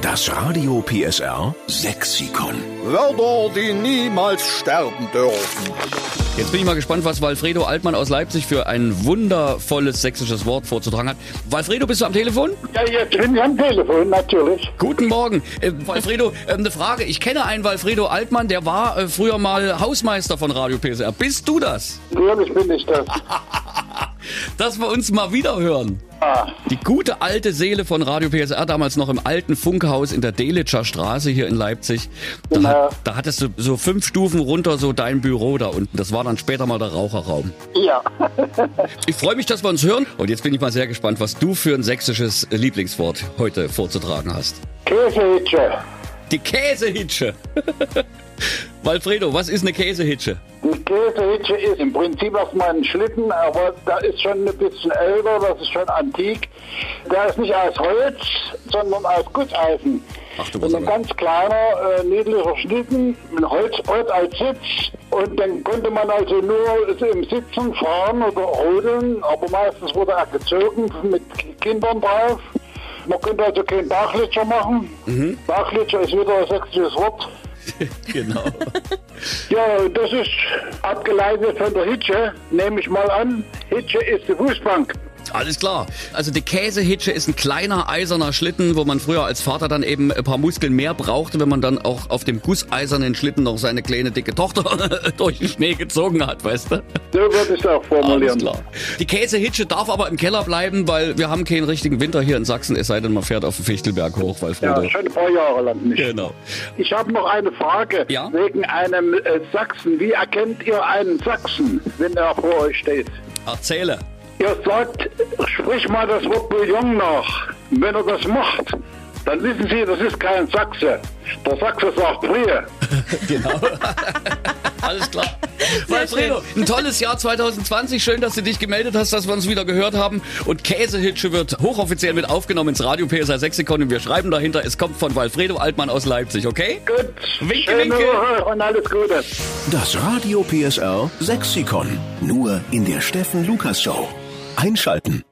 Das Radio PSR Sexikon. Wörter, die niemals sterben dürfen. Jetzt bin ich mal gespannt, was Walfredo Altmann aus Leipzig für ein wundervolles sächsisches Wort vorzutragen hat. Walfredo, bist du am Telefon? Ja, jetzt bin ich am Telefon, natürlich. Guten Morgen. Äh, Walfredo, äh, eine Frage. Ich kenne einen Walfredo Altmann, der war äh, früher mal Hausmeister von Radio PSR. Bist du das? Natürlich bin ich das. Dass wir uns mal wieder hören. Ah, Die gute alte Seele von Radio PSR, damals noch im alten Funkhaus in der Delitzscher Straße hier in Leipzig. Da, Genau. hat, da hattest du so fünf Stufen runter, so dein Büro da unten. Das war dann später mal der Raucherraum. ja. Ich freue mich, dass wir uns hören. Und jetzt bin ich mal sehr gespannt, was du für ein sächsisches Lieblingswort heute vorzutragen hast. Käsehitsche. Die Käsehitsche. Walfredo, was ist eine Käsehitsche? Ein Käsehitsche ist im Prinzip auf meinem Schlitten, aber da ist schon ein bisschen älter, das ist schon antik. Der ist nicht aus Holz, sondern aus Gusseisen. Ach, du und Gott, ein aber- ganz kleiner, äh, niedlicher Schlitten, ein Holzbrett als Sitz. Und dann konnte man also nur im Sitzen fahren oder rodeln, aber meistens wurde er gezogen mit Kindern drauf. Man konnte also keinen Dachlitscher machen. Mhm. Dachlitscher ist wieder ein sächsisches Wort. Genau. Ja, und das ist abgeleitet von der Hitsche, nehme ich mal an. Hitsche ist die Fußbank. Alles klar. Also die Käsehitsche ist ein kleiner eiserner Schlitten, wo man früher als Vater dann eben ein paar Muskeln mehr brauchte, wenn man dann auch auf dem gusseisernen Schlitten noch seine kleine dicke Tochter durch den Schnee gezogen hat, weißt du? So würde ich es auch Alles formulieren. klar. Die Käsehitsche darf aber im Keller bleiben, weil wir haben keinen richtigen Winter hier in Sachsen, es sei denn, man fährt auf den Fichtelberg hoch, weil Fredo. Ja, schon ein paar Jahre lang nicht. Genau. Ich habe noch eine Frage Ja? wegen einem äh, Sachsen. Wie erkennt ihr einen Sachsen, wenn er vor euch steht? Erzähle. Ihr sagt, sprich mal das Wort Bouillon nach. Und Wenn er das macht, dann wissen Sie, das ist kein Sachse. Der Sachse sagt Brie. Alles klar. Walfredo, ein tolles Jahr 2020. Schön, dass du dich gemeldet hast, dass wir uns wieder gehört haben. Und Käsehitsche wird hochoffiziell mit aufgenommen ins Radio PSA Sexikon. Und wir schreiben dahinter, es kommt von Walfredo Altmann aus Leipzig, okay? Gut, Winke, schöne winke. Woche und alles Gute. Das Radio PSR Sexikon. Nur in der Steffen Lukas Show. Einschalten.